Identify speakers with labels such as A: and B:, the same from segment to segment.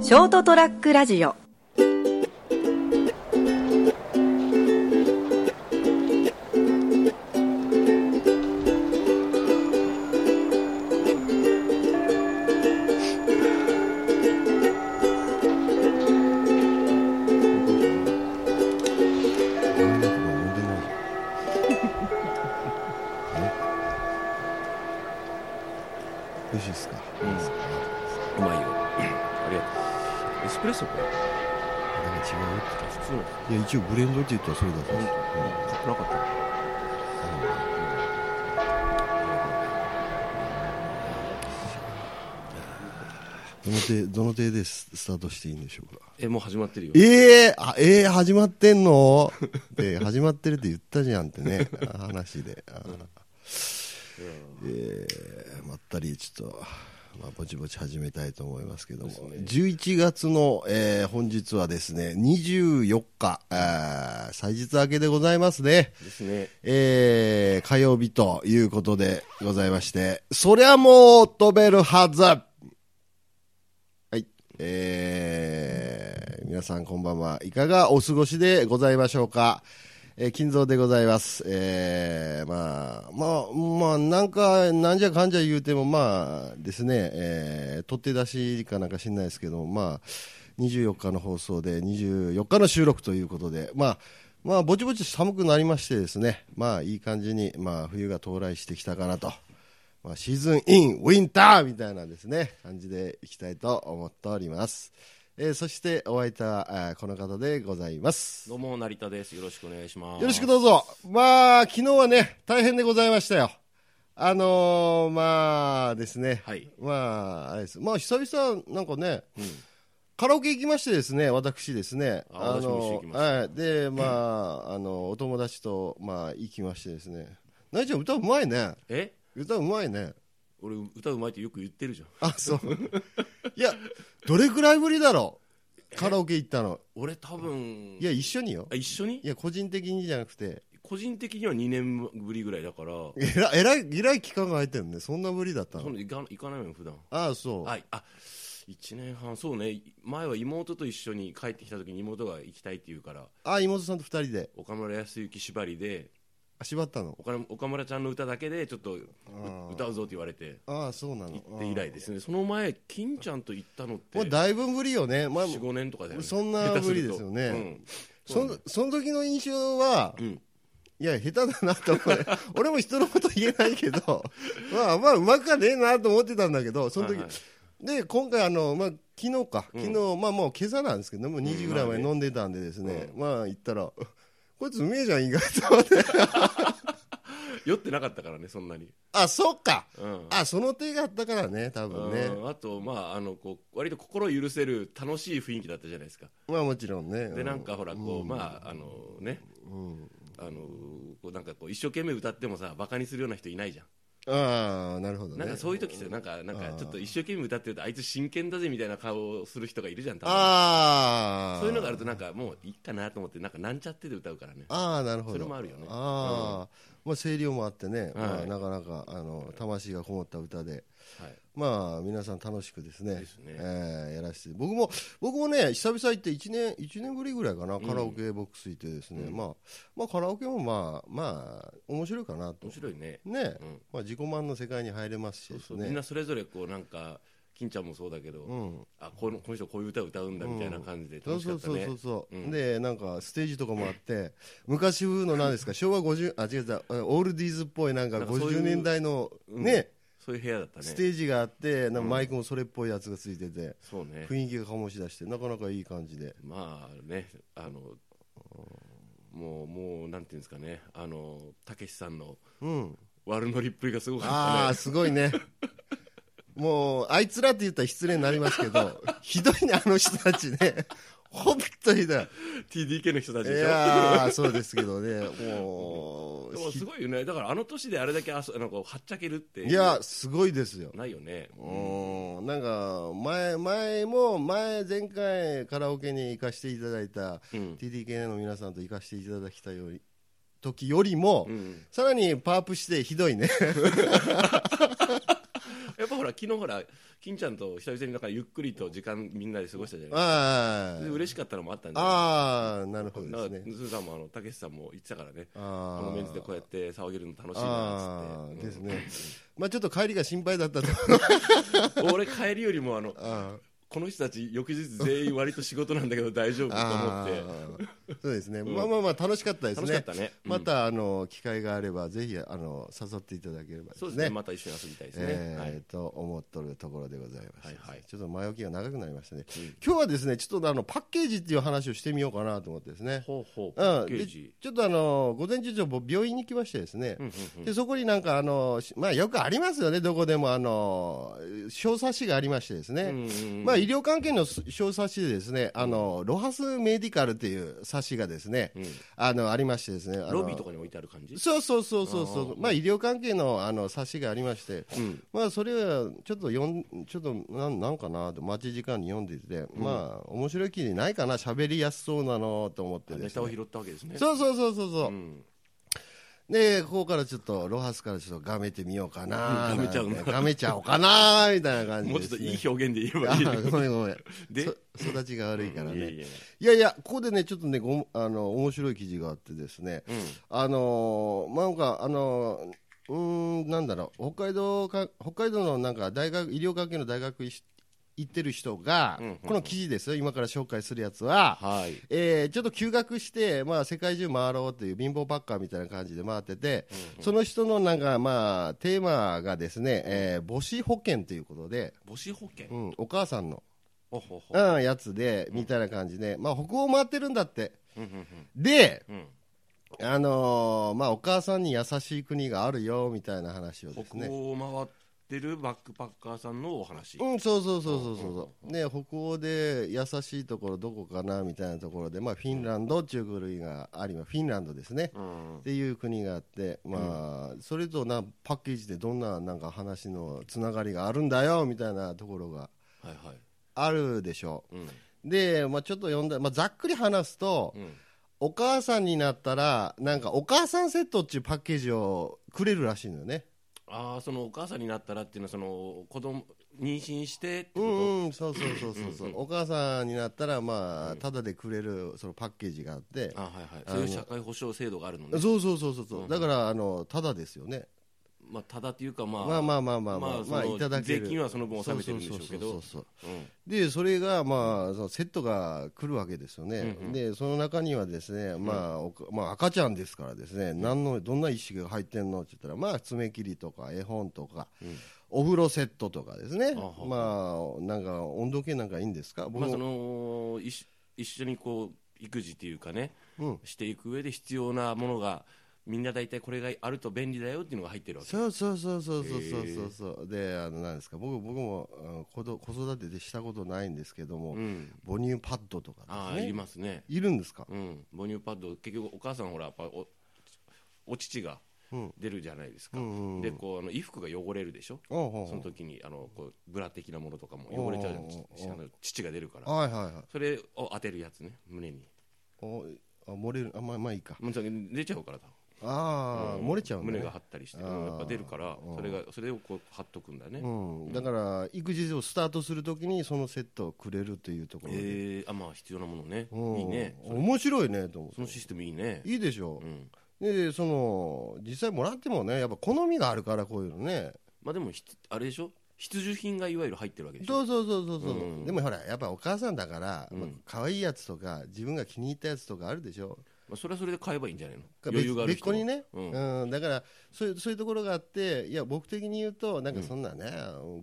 A: ショートトラックラジオ
B: なんだかもうオーディナリーえ美味しいですか、
C: うん
B: いいですか
C: うまいよ。ありがとう。エスプレッソこれ
B: なんか違う
C: 普通の。
B: いや一応ブレンドって言ったらそれだそう
C: 本
B: です、
C: 当
B: うん
C: かっこなかった。
B: どの程どの程でススタートしていいんでしょうか
C: え、もう始まってるよ。
B: ええあええ始まってん のって始まってるって言ったじゃんってね 話で、あーええまったりちょっと、まあ、ぼちぼち始めたいと思いますけども、11月の、えー本日はですね24日あー祭日明けでございますね
C: ですね。
B: えー火曜日ということでございまして、そりゃもう飛べるはずはい。えー皆さんこんばんは。いかがお過ごしでございましょうかえー金蔵でございます。えーまあ、まあ、まあ、なんか、なんじゃかんじゃ言うても、まあですね、えー取って出しかなんか知んないですけど、まあ、24日の放送で24日の収録ということで、まあ、まあ、ぼちぼち寒くなりましてですね、まあ、いい感じに、まあ、冬が到来してきたかなと。まあ、シーズンインウィンターみたいなですね感じでいきたいと思っております、えーそしてお相手はあーこの方でございます
C: ど
B: よ
C: うも、成田です。よろしくお願いします。
B: ろしくどうぞまあ昨日はね大変でございましたよあのーまあですね、
C: はい
B: まああれですまあ久々なんかね、カラオケ行きましてですね、私ですね、
C: あ私も一緒に行きました
B: はい、で、まあ、あの、お友達と、まあ、行きましてですね。なちゃん、歌うまいね。
C: え
B: 歌うまいね。
C: 俺、歌うまいってよく言ってるじゃん。
B: あ、そう。いや、どれくらいぶりだろうカラオケ行ったの。
C: 俺多分、
B: いや、一緒によ
C: あ。一緒に
B: いや、個人的にじゃなくて、
C: 個人的には2年ぶりぐらいだから、
B: えらえらい、えらい期間が空いてるね。そんなぶりだった
C: そ
B: の。
C: のいか行かないのよ、普段。
B: ああ、そう。
C: はい、あ1年半、そうね、前は妹と一緒に帰ってきた時に妹が行きたいって言うから、
B: ああ、妹さんと二人で、
C: 岡村康之縛りで、
B: あ縛ったの。
C: 岡岡村ちゃんの歌だけで、ちょっとう
B: あー
C: 歌うぞって言われて。
B: ああ、そうなの。
C: で以来ですねその前金ちゃんと行ったの
B: あ
C: っ
B: ー。
C: て
B: もうだいぶぶりよね。まあ、
C: 45年とかだよね
B: そんなぶりですよねそのその時の印象は、
C: うん、うん
B: いや、下手だなと思 う俺も人のこと言えないけど、まあ、まあ、うまくはねえなと思ってたんだけど、その時、
C: はいはい
B: で、今回あの、まあ、昨日か、
C: うん
B: 昨日、まあ、もう今朝なんですけど、もう2時ぐらいまで飲んでたんでですね、まあ、行ったら、 こいつうめえじゃん、意外 と思って。
C: 酔ってなかったからねそんなに、
B: あ、そっか。
C: うん、
B: あ、その手があったからね、多分ね。
C: うんあとまああのこう割と心許せる楽しい雰囲気だったじゃないですか
B: まあ、もちろんね。
C: でなんかほらこう、まああのね
B: うん。
C: あのこうなんかこう一生懸命歌ってもさバカにするような人いないじゃん、
B: ああ、なるほどね。
C: なんかそういう時ってなんかなんかちょっと一生懸命歌ってるとあいつ真剣だぜみたいな顔をする人がいるじゃん多分
B: ああ。
C: そういうのがあるとなんかもういいかなと思ってなんかなんちゃってで歌うからね
B: ああなるほど
C: それもあるよね
B: ああ、まあ声量もあってね、ま
C: は
B: あ、
C: い
B: なかなかあの魂がこもった歌で
C: はい
B: まあ皆さん楽しくですね
C: ですね
B: えーやらせて僕も僕もね久々行って1年一年ぶりぐらいかなカラオケボックス行ってですね、まあ、まあカラオケもまあまあ面白いかなと
C: 面白いね
B: ね、
C: うん
B: まあ、自己満の世界に入れますし
C: そう
B: です
C: そう
B: ね
C: みんなそれぞれこうなんか金ちゃんもそうだけど、
B: うん
C: あこのこの人こういう歌を歌うんだみたいな感じで
B: そ
C: 楽
B: う
C: しか
B: そうそ
C: った
B: う
C: ね
B: そうそう、
C: うん
B: でなんかステージとかもあって昔風のなんですか昭和50あ違う違うオールディーズっぽいなんか
C: なんかそうい
B: 50
C: う
B: 年代の
C: うん
B: ね
C: そういう部屋だったね
B: ステージがあってなんかマイクもそれっぽいやつがついてて、
C: そうね
B: 雰囲気が醸し出してなかなかいい感じで
C: まあねあのもうもうなんていうんですかねあのたけしさんの
B: うん
C: 悪乗りっぷりがすご
B: あ
C: か
B: あすごいねもうあいつらって言ったら失礼になりますけど ひどいねあの人たちねほんとひどい
C: ったね TDK の人たち
B: い
C: でしょ
B: やーそうですけど ねもう
C: でもすごいよねだからあの年であれだけあそなんかこうはっちゃけるって
B: いやすごいですよ
C: ないよね
B: うんなんか前前も前前回カラオケに行かせていただいた
C: うん
B: TDK の皆さんと行かせていただきたより時よりも、
C: うん
B: さらにパワーアップしてひどいね
C: やっぱほら昨日ほら金ちゃんと久々になんかゆっくりと時間みんなで過ごしたじゃない
B: あ
C: ですかで
B: ー
C: 嬉しかったのもあったんで
B: あー、なるほ
C: だか
B: ど
C: ら
B: ですね。
C: スーさんもあのたけしさんも言ってたからねあ
B: あ
C: のメンズでこうやって騒げるの楽しいなっつ
B: あ
C: っ
B: ー
C: て
B: ですね。まあちょっと帰りが心配だった と。
C: うん俺帰りよりもあの
B: あ
C: この人たち翌日全員割と仕事なんだけど大丈夫
B: ー
C: と思
B: あ
C: って
B: ー。そうですね。まあまあまあ楽しかったです
C: 楽しか
B: ね。
C: ったねうん
B: またあの機会があればぜひあの誘っていただければ
C: そうですねまた一緒に遊びたいですね、はい
B: えーと思っとるところでございます、
C: はいはい
B: ちょっと前置きが長くなりましたね、今日はですねちょっとあのパッケージっていう話をしてみようかなと思ってですね、
C: ほうほうパ
B: うん、
C: ッケ
B: で
C: ー
B: ち
C: ジ
B: ょっとあの午前中、ちょっと病院に来ましてですね、でそこになんかあの、しまあ、よくありますよね、どこでもあの小冊子がありましてですね、まあ、医療関係の小冊子でですねあの、ロハスメディカルっていう冊子がですね、あのありましてですね、あの
C: ロビーとかに置いてある感じ
B: そうそうそうそうそう、まあ、医療関係のあの冊子がありまして、
C: うん
B: まあ、それはちょっと読んちょっとなんなんかなと待ち時間に読んでいて、まあ面白い記事ないかな喋りやすそうなのと思ってで
C: ネ
B: す
C: タ
B: ね
C: を拾ったわけですね
B: そうそうそうそうそう、
C: ん
B: でここからちょっとロハスからちょっとがめてみようかな
C: うんがめちゃうな
B: なんてがめちゃおうかなみたいな感じ
C: もう
B: で
C: ち
B: す、
C: ょっ
B: ね、
C: といい表現で言えばいい
B: あごめんごめん
C: で
B: そ育ちが悪いからね、
C: いやいや
B: いやいや、ここでね、ちょっとね、ごあの面白い記事があってですね、あのーまあ、なんか、あのーうーん、なんだろう、北海道か北海道のなんか大学医療関係の大学い行ってる人が、
C: うんうんうん
B: この記事ですよ、今から紹介するやつは、
C: はい
B: えーちょっと休学して、まあ、世界中回ろうという貧乏ばっかみたいな感じで回ってて、その人のなんか、まあ、テーマがですね、えー母子保険ということで、
C: 母子保険
B: うん、お母さんの。
C: ほうほうほう
B: うん、やつで、みたいな感じで、まあ、北欧回ってるんだって。
C: うんうん
B: で、
C: うんうん
B: あのーまあ、お母さんに優しい国があるよ、みたいな話をです
C: 北
B: ね。
C: 欧を回ってるバックパッカーさんのお話
B: うん、そうそうそうそう
C: うんうん
B: そう。ね、北欧で優しいところどこかな、みたいなところで、まあ、フィンランドっていう国があります。フィンランドですね。
C: うん
B: っていう国があって、まあ、それとな、パッケージでどんな、なんか話のつながりがあるんだよ、みたいなところが
C: はいはい
B: あるでしょ
C: うん
B: う。で、まあ、ちょっと読んだ、まあ、ざっくり話すと、
C: うん
B: お母さんになったらなんかお母さんセットっていうパッケージをくれるらしいのよね
C: ああそのお母さんになったらっていうのはその子供妊娠してって
B: う
C: こ
B: んうんそうそうそうそうそうお母さんになったらまあただでくれるそのパッケージがあって
C: とあはいはいそういう社会保障制度があるのね
B: そうそうそうそうそうだからあのただですよね
C: まあただっていうかまあ
B: まあまあまあまあまあ
C: そ
B: ま
C: の
B: あいただける
C: 税金はその分納めてるんでしょうけ
B: そ
C: ど
B: そそそう
C: うん
B: でそれがまあそのセットが来るわけですよね、
C: うんうん
B: でその中にはですね、まあおかまあ、赤ちゃんですからですね、何のどんな意識が入ってんのって言ったら、まあ、爪切りとか絵本とか、お風呂セットとかですね
C: あはは
B: まあなんか温度計なんかいいんですか僕
C: まあ
B: も
C: その一緒一緒にこう育児っていうかね、
B: うん
C: していく上で必要なものがみんな大体これがあると便利だよっていうのが入ってるわけ
B: そうそうそうそうそうそうそうそうであのなんですか僕僕もあの子ど子育てでしたことないんですけども、
C: うん
B: 母乳パッドとか
C: ああ
B: です
C: いり
B: ね
C: ますね、
B: いるんですか、
C: うん、母乳パッド結局お母さんほらやっぱおお乳が
B: うん
C: 出るじゃないですか、
B: うんうんうん
C: でこうあの衣服が汚れるでしょ
B: おうおうおう
C: その時にあのこうブラ的なものとかも汚れちゃうじゃないですか
B: おうおうおう
C: あの乳が出るから
B: はいはいはい
C: それを当てるやつね胸に
B: おあ漏れるあまあまあいいか
C: もうそれ出ちゃうからだ
B: ああ、
C: ん
B: 漏れちゃうんだね
C: 胸が張ったりして
B: あ
C: う
B: ー
C: んやっぱ出るから
B: うん
C: それがそれをこう貼っとくんだね、
B: うん、だから育児をスタートするときにそのセットをくれるというところで、
C: えー、あまあ必要なものね、
B: うん
C: いいねそれ
B: 面白いねと思
C: そのシステムいいね
B: ういいでしょ
C: うん
B: う、でその実際もらってもねやっぱ好みがあるからこういうのね
C: まあでもひつあれでしょ必需品がいわゆる入ってるわけでしょ
B: そうそうそうそうそう、
C: うん
B: でもほらやっぱお母さんだから、
C: うん
B: まあ可愛いやつとか自分が気に入ったやつとかあるでしょ
C: まあ、それはそれで買えばいいんじゃないの
B: か
C: 余裕がある
B: 別別個
C: 人
B: にね、
C: う
B: うんんだからそういうそういうところがあっていや僕的に言うとなんかそんなね、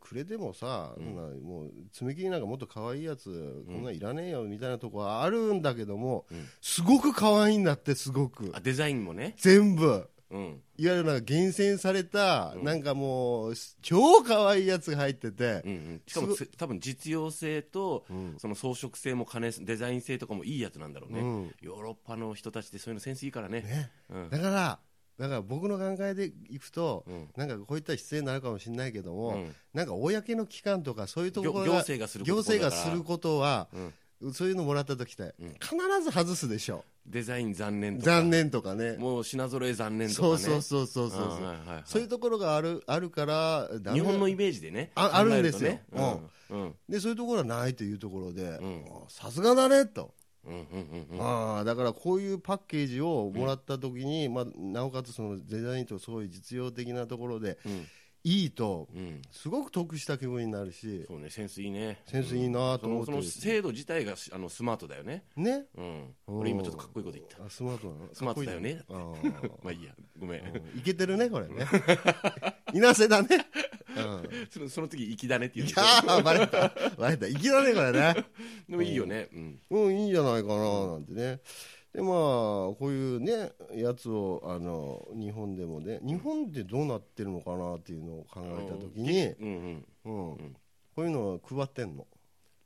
B: くれてもさ、そんなもう爪切りなんかもっと可愛いやつ、こんなんいらねえよみたいなとこはあるんだけども、
C: うん
B: すごく可愛いんだってすごく
C: あデザインもね
B: 全部
C: うん
B: いわゆるなんか厳選された、なんかもう超可愛いやつが入ってて
C: うん、うん、しかもつ多分実用性と、その装飾性も兼ねデザイン性とかもいいやつなんだろうね、
B: うん
C: ヨーロッパの人たちってそういうのセンスいいからね
B: ね
C: うん、
B: だからだから僕の考えでいくと、
C: うん
B: なんかこういった失礼になるかもしれないけども、
C: うん
B: なんか公の機関とかそういうところが
C: 行行政がすること
B: 行政がすることは、
C: う
B: そういうのもらった時って、必ず外すでしょ
C: デザイン残念とか
B: 残念とかね。
C: もう品揃え残念とかね
B: そうそうそうそうそう
C: あー
B: そう
C: はいはいはい
B: そういうところがあるあるからダメ
C: 日本のイメージでね
B: あ
C: 考え
B: あるんですよ
C: とねうんうん
B: でそういうところはないというところで
C: ん
B: あさすがだねと、
C: うんうんうん
B: ああだからこういうパッケージをもらった時に、まあ、なおかつそのデザインとそういう実用的なところで
C: うん
B: いいと
C: うん
B: すごく得した気分になるし
C: そうねセンスいいね
B: センスいいなと
C: そ
B: 思
C: の
B: って
C: そ
B: る
C: の制度自体がしあのスマートだよね
B: ね
C: うん
B: うん
C: 俺今ちょっとかっこいいこと言った
B: あスマートなの
C: スマートだよね
B: かっこいいね
C: まあいいやごめん
B: あーいけてるねこれね いなせだね、うん
C: そのその次粋だねって言う
B: い
C: んで
B: や
C: すよ
B: ー、バレた、バレた、いきなりこれね、
C: でもいいよねうん
B: うん、いいんじゃないかななんてね、でまあ、こういうね、やつをあの日本でもね、日本でどうなってるのかなっていうのを考えたときに、
C: うんうん
B: うん、こういうのは配ってんの、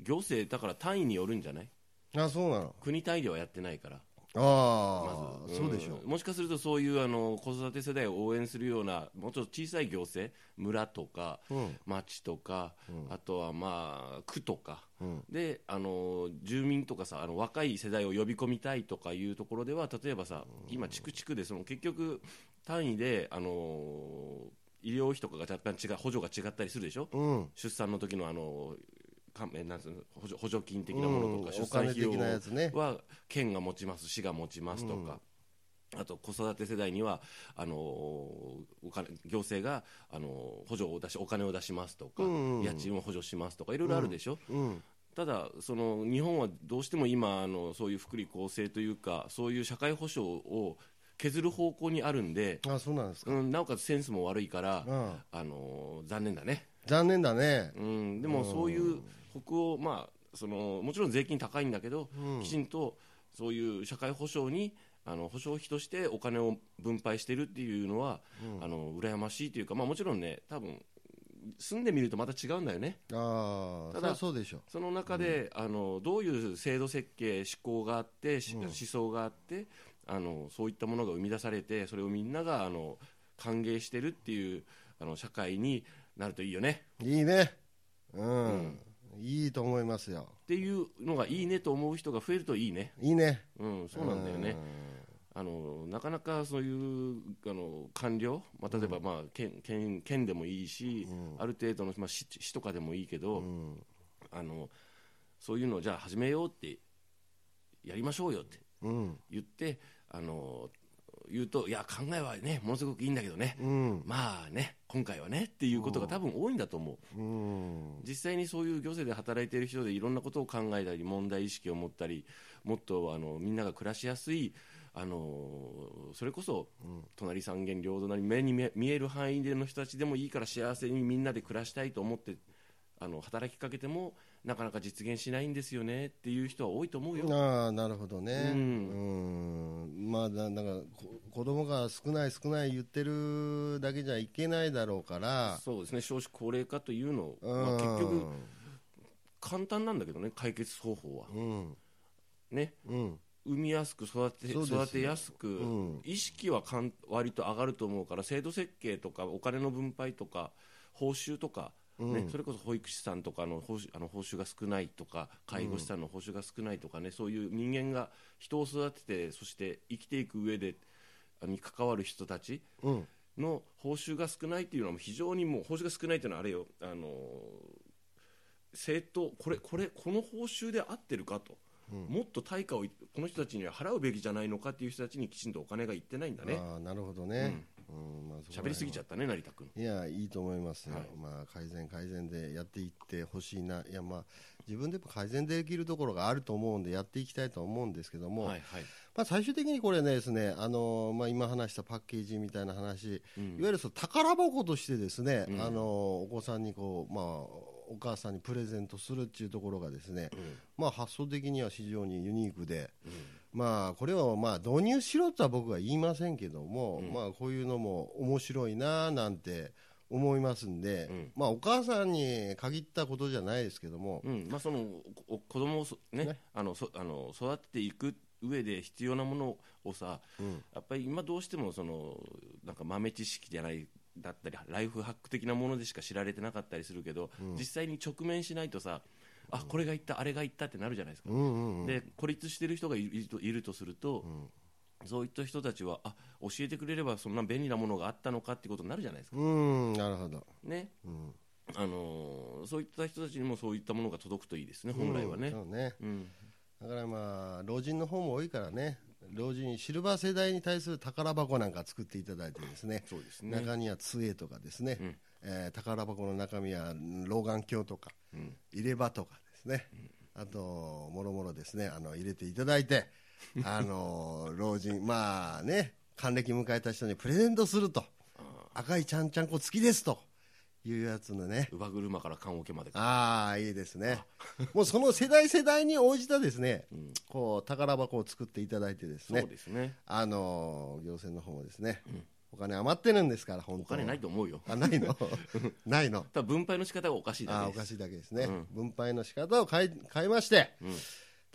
C: 行政だから単位によるんじゃない
B: あそうなの、
C: 国単位ではやってないから
B: ああ、
C: まず
B: そうでしょう、
C: んもしかするとそういうあの子育て世代を応援するようなもうちょっと小さい行政村とか
B: うん
C: 町とか、あとはまあ区とか、
B: うん
C: であの住民とかさあの若い世代を呼び込みたいとかいうところでは例えばさ、今地区地区でその結局単位であの医療費とかが若干違う補助が違ったりするでしょ、
B: うん、
C: 出産の時のあのかえなんつうの補助補助金的
B: う
C: なものと
B: ん
C: か、出
B: お
C: 産
B: 金
C: 費
B: 的
C: 用
B: なやつね、
C: は県が持ちます、市が持ちますとか、あと子育て世代にはあのーお金行政があのー補助を出しお金を出しますとか、
B: うん
C: 家賃を補助しますとかいろいろあるでしょ。
B: うん、
C: ただその日本はどうしても今あのそういう福利厚生というかそういう社会保障を削る方向にあるんで、
B: あそうなんですか、
C: うん、なおかつセンスも悪いから、
B: うん
C: あのー残念だね。
B: 残念だね、
C: うん、でもそういう北欧、まあ、そのもちろん税金高いんだけど、きちんとそういう社会保障にあの保障費としてお金を分配してるっていうのは、あの羨ましいというか、まあ、もちろんね多分住んでみるとまた違うんだよね。
B: ああ、そ
C: ただ
B: りゃそうでしょ
C: その中で、あのどういう制度設計、思考があって、し思想があってあの、そういったものが生み出されて、それをみんながあの歓迎してるっていうあの社会になるといいよね。
B: う、いいね、うん、いいと思いますよ。
C: っていうのがいいねと思う人が増えるといいね、
B: いいね。
C: うん、そうなんだよね、あのなかなかそういうあの官僚、まあ、例えば、まあ県県県でもいいし、ある程度の、まあ、市市とかでもいいけど、
B: うん。
C: あのそういうのをじゃあ始めようって、やりましょうよって
B: うん。
C: 言って、あの言うと、いや、考えはね、ものすごくいいんだけどね、
B: うん。
C: まあね、今回はねっていうことが多分多いんだと思う。
B: うん。
C: 実際にそういう行政で働いている人でいろんなことを考えたり問題意識を持ったりもっとあのみんなが暮らしやすいあのそれこそ隣三軒両隣目に見見える範囲での人たちでもいいから幸せにみんなで暮らしたいと思ってあの働きかけてもなかなか実現しないんですよねっていう人は多いと思うよ。
B: ああ、なるほどね。う。
C: うん
B: まあ、だなんかこ、子供が少ない少ない言ってるだけじゃいけないだろうから、
C: そうですね少子高齢化というの、
B: うん
C: まあ、結局、簡単なんだけどね解決方法は。
B: うん。
C: ね
B: うん。
C: 産みやすく育て
B: そうですよ
C: 育てやすく、
B: うん
C: 意識はかん割と上がると思うから制度設計とかお金の分配とか報酬とか、ねそれこそ保育士さんとかの報酬あの報酬が少ないとか介護士さんの報酬が少ないとかね、そういう人間が人を育ててそして生きていく上であに関わる人たち
B: うん。
C: の報酬が少ないっていうのはもう非常にもう報酬が少ないというのはあれよあの正当これこれこの報酬で合ってるかと、もっと対価をいこの人たちには払うべきじゃないのかっていう人たちにきちんとお金がいってないんだね
B: ああ、なるほどね。うん。まあ、
C: 喋りすぎちゃ
B: ゃ
C: ったね成田君
B: いや、いいと思いますよ。
C: はい
B: まあ、改善改善でやっていってほしいな。いや、まあ、自分でも改善できるところがあると思うんで、やっていきたいと思うんですけども、
C: はいはい
B: まあ、最終的にこれねですね、あのまあ、今話したパッケージみたいな話、いわゆるその宝箱としてですね、あのお子さんにこう、まあ、お母さんにプレゼントするっていうところがですね、まあ、発想的には非常にユニークで、まあ、これはまあ導入しろとは僕は言いませんけども、まあ、こういうのも面白いななんて思いますんで、
C: ん
B: まあ、お母さんに限ったことじゃないですけども、
C: うんまあ、そのおお子供をそね
B: ね
C: あのそあの育てていく上で必要なものをさ、やっぱり今どうしてもそのなんか豆知識じゃないだったりライフハック的なものでしか知られてなかったりするけど、実際に直面しないとさあこれがいったあれがいったってなるじゃないですか、
B: うんうんうん
C: で孤立してる人がいるといるとすると、そういった人たちはあ教えてくれればそんな便利なものがあったのかってことになるじゃないですか、
B: うんなるほど、
C: ね
B: うん、
C: あのーそういった人たちにもそういったものが届くといいですね本来はね
B: うん、そうね
C: うん
B: だからまあ老人の方も多いからね老人シルバー世代に対する宝箱なんか作っていただいてですね
C: そうですね
B: 中には杖とかですね、
C: うん
B: えー宝箱の中身は老眼鏡とか入れ歯とかですね、あともろもろですねあの入れていただい てあの老人まあね還暦迎えた人にプレゼントすると赤いちゃんちゃんこ付きですというやつのね
C: 乳母車から棺桶まで
B: ああいいですねもうその世代世代に応じたですね、
C: ん
B: こう宝箱を作っていただいてです
C: そ
B: ね
C: うですね
B: あの行政の方もですね、お金余ってるんですから本
C: お
B: 当は
C: 金ないと思うよ
B: あない のないの
C: ただ分配の仕方がおかしい
B: あ
C: だ
B: ーお
C: けで
B: か
C: す
B: しいだけですね、
C: うん
B: 分配の仕方を変え変えまして、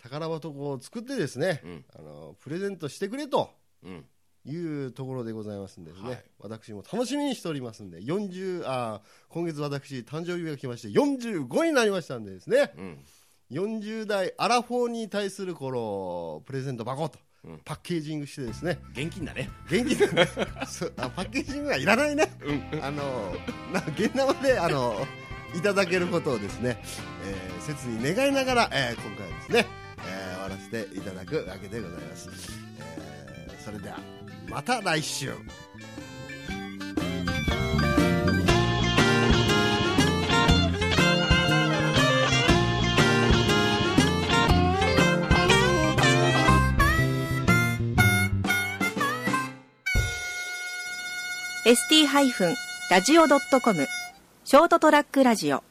B: 宝箱を作ってですね、
C: うん
B: あのプレゼントしてくれと
C: うん
B: いうところでございますんでね、
C: はい
B: 私も楽しみにしておりますんで40あー今月私誕生日が来まして45になりましたんでですね
C: うん
B: 40代アラフォーに対するこのプレゼント箱と、
C: うん
B: パッケージングしてですね
C: 現金だね
B: 現金なんですそうあパッケージングはいらないね、あのな現生であのいただけることをですね、えー切に願いながら、えー今回はですね、えー終わらせていただくわけでございます、えーそれではまた来週
A: ー ST-radio.com ショートトラックラジオ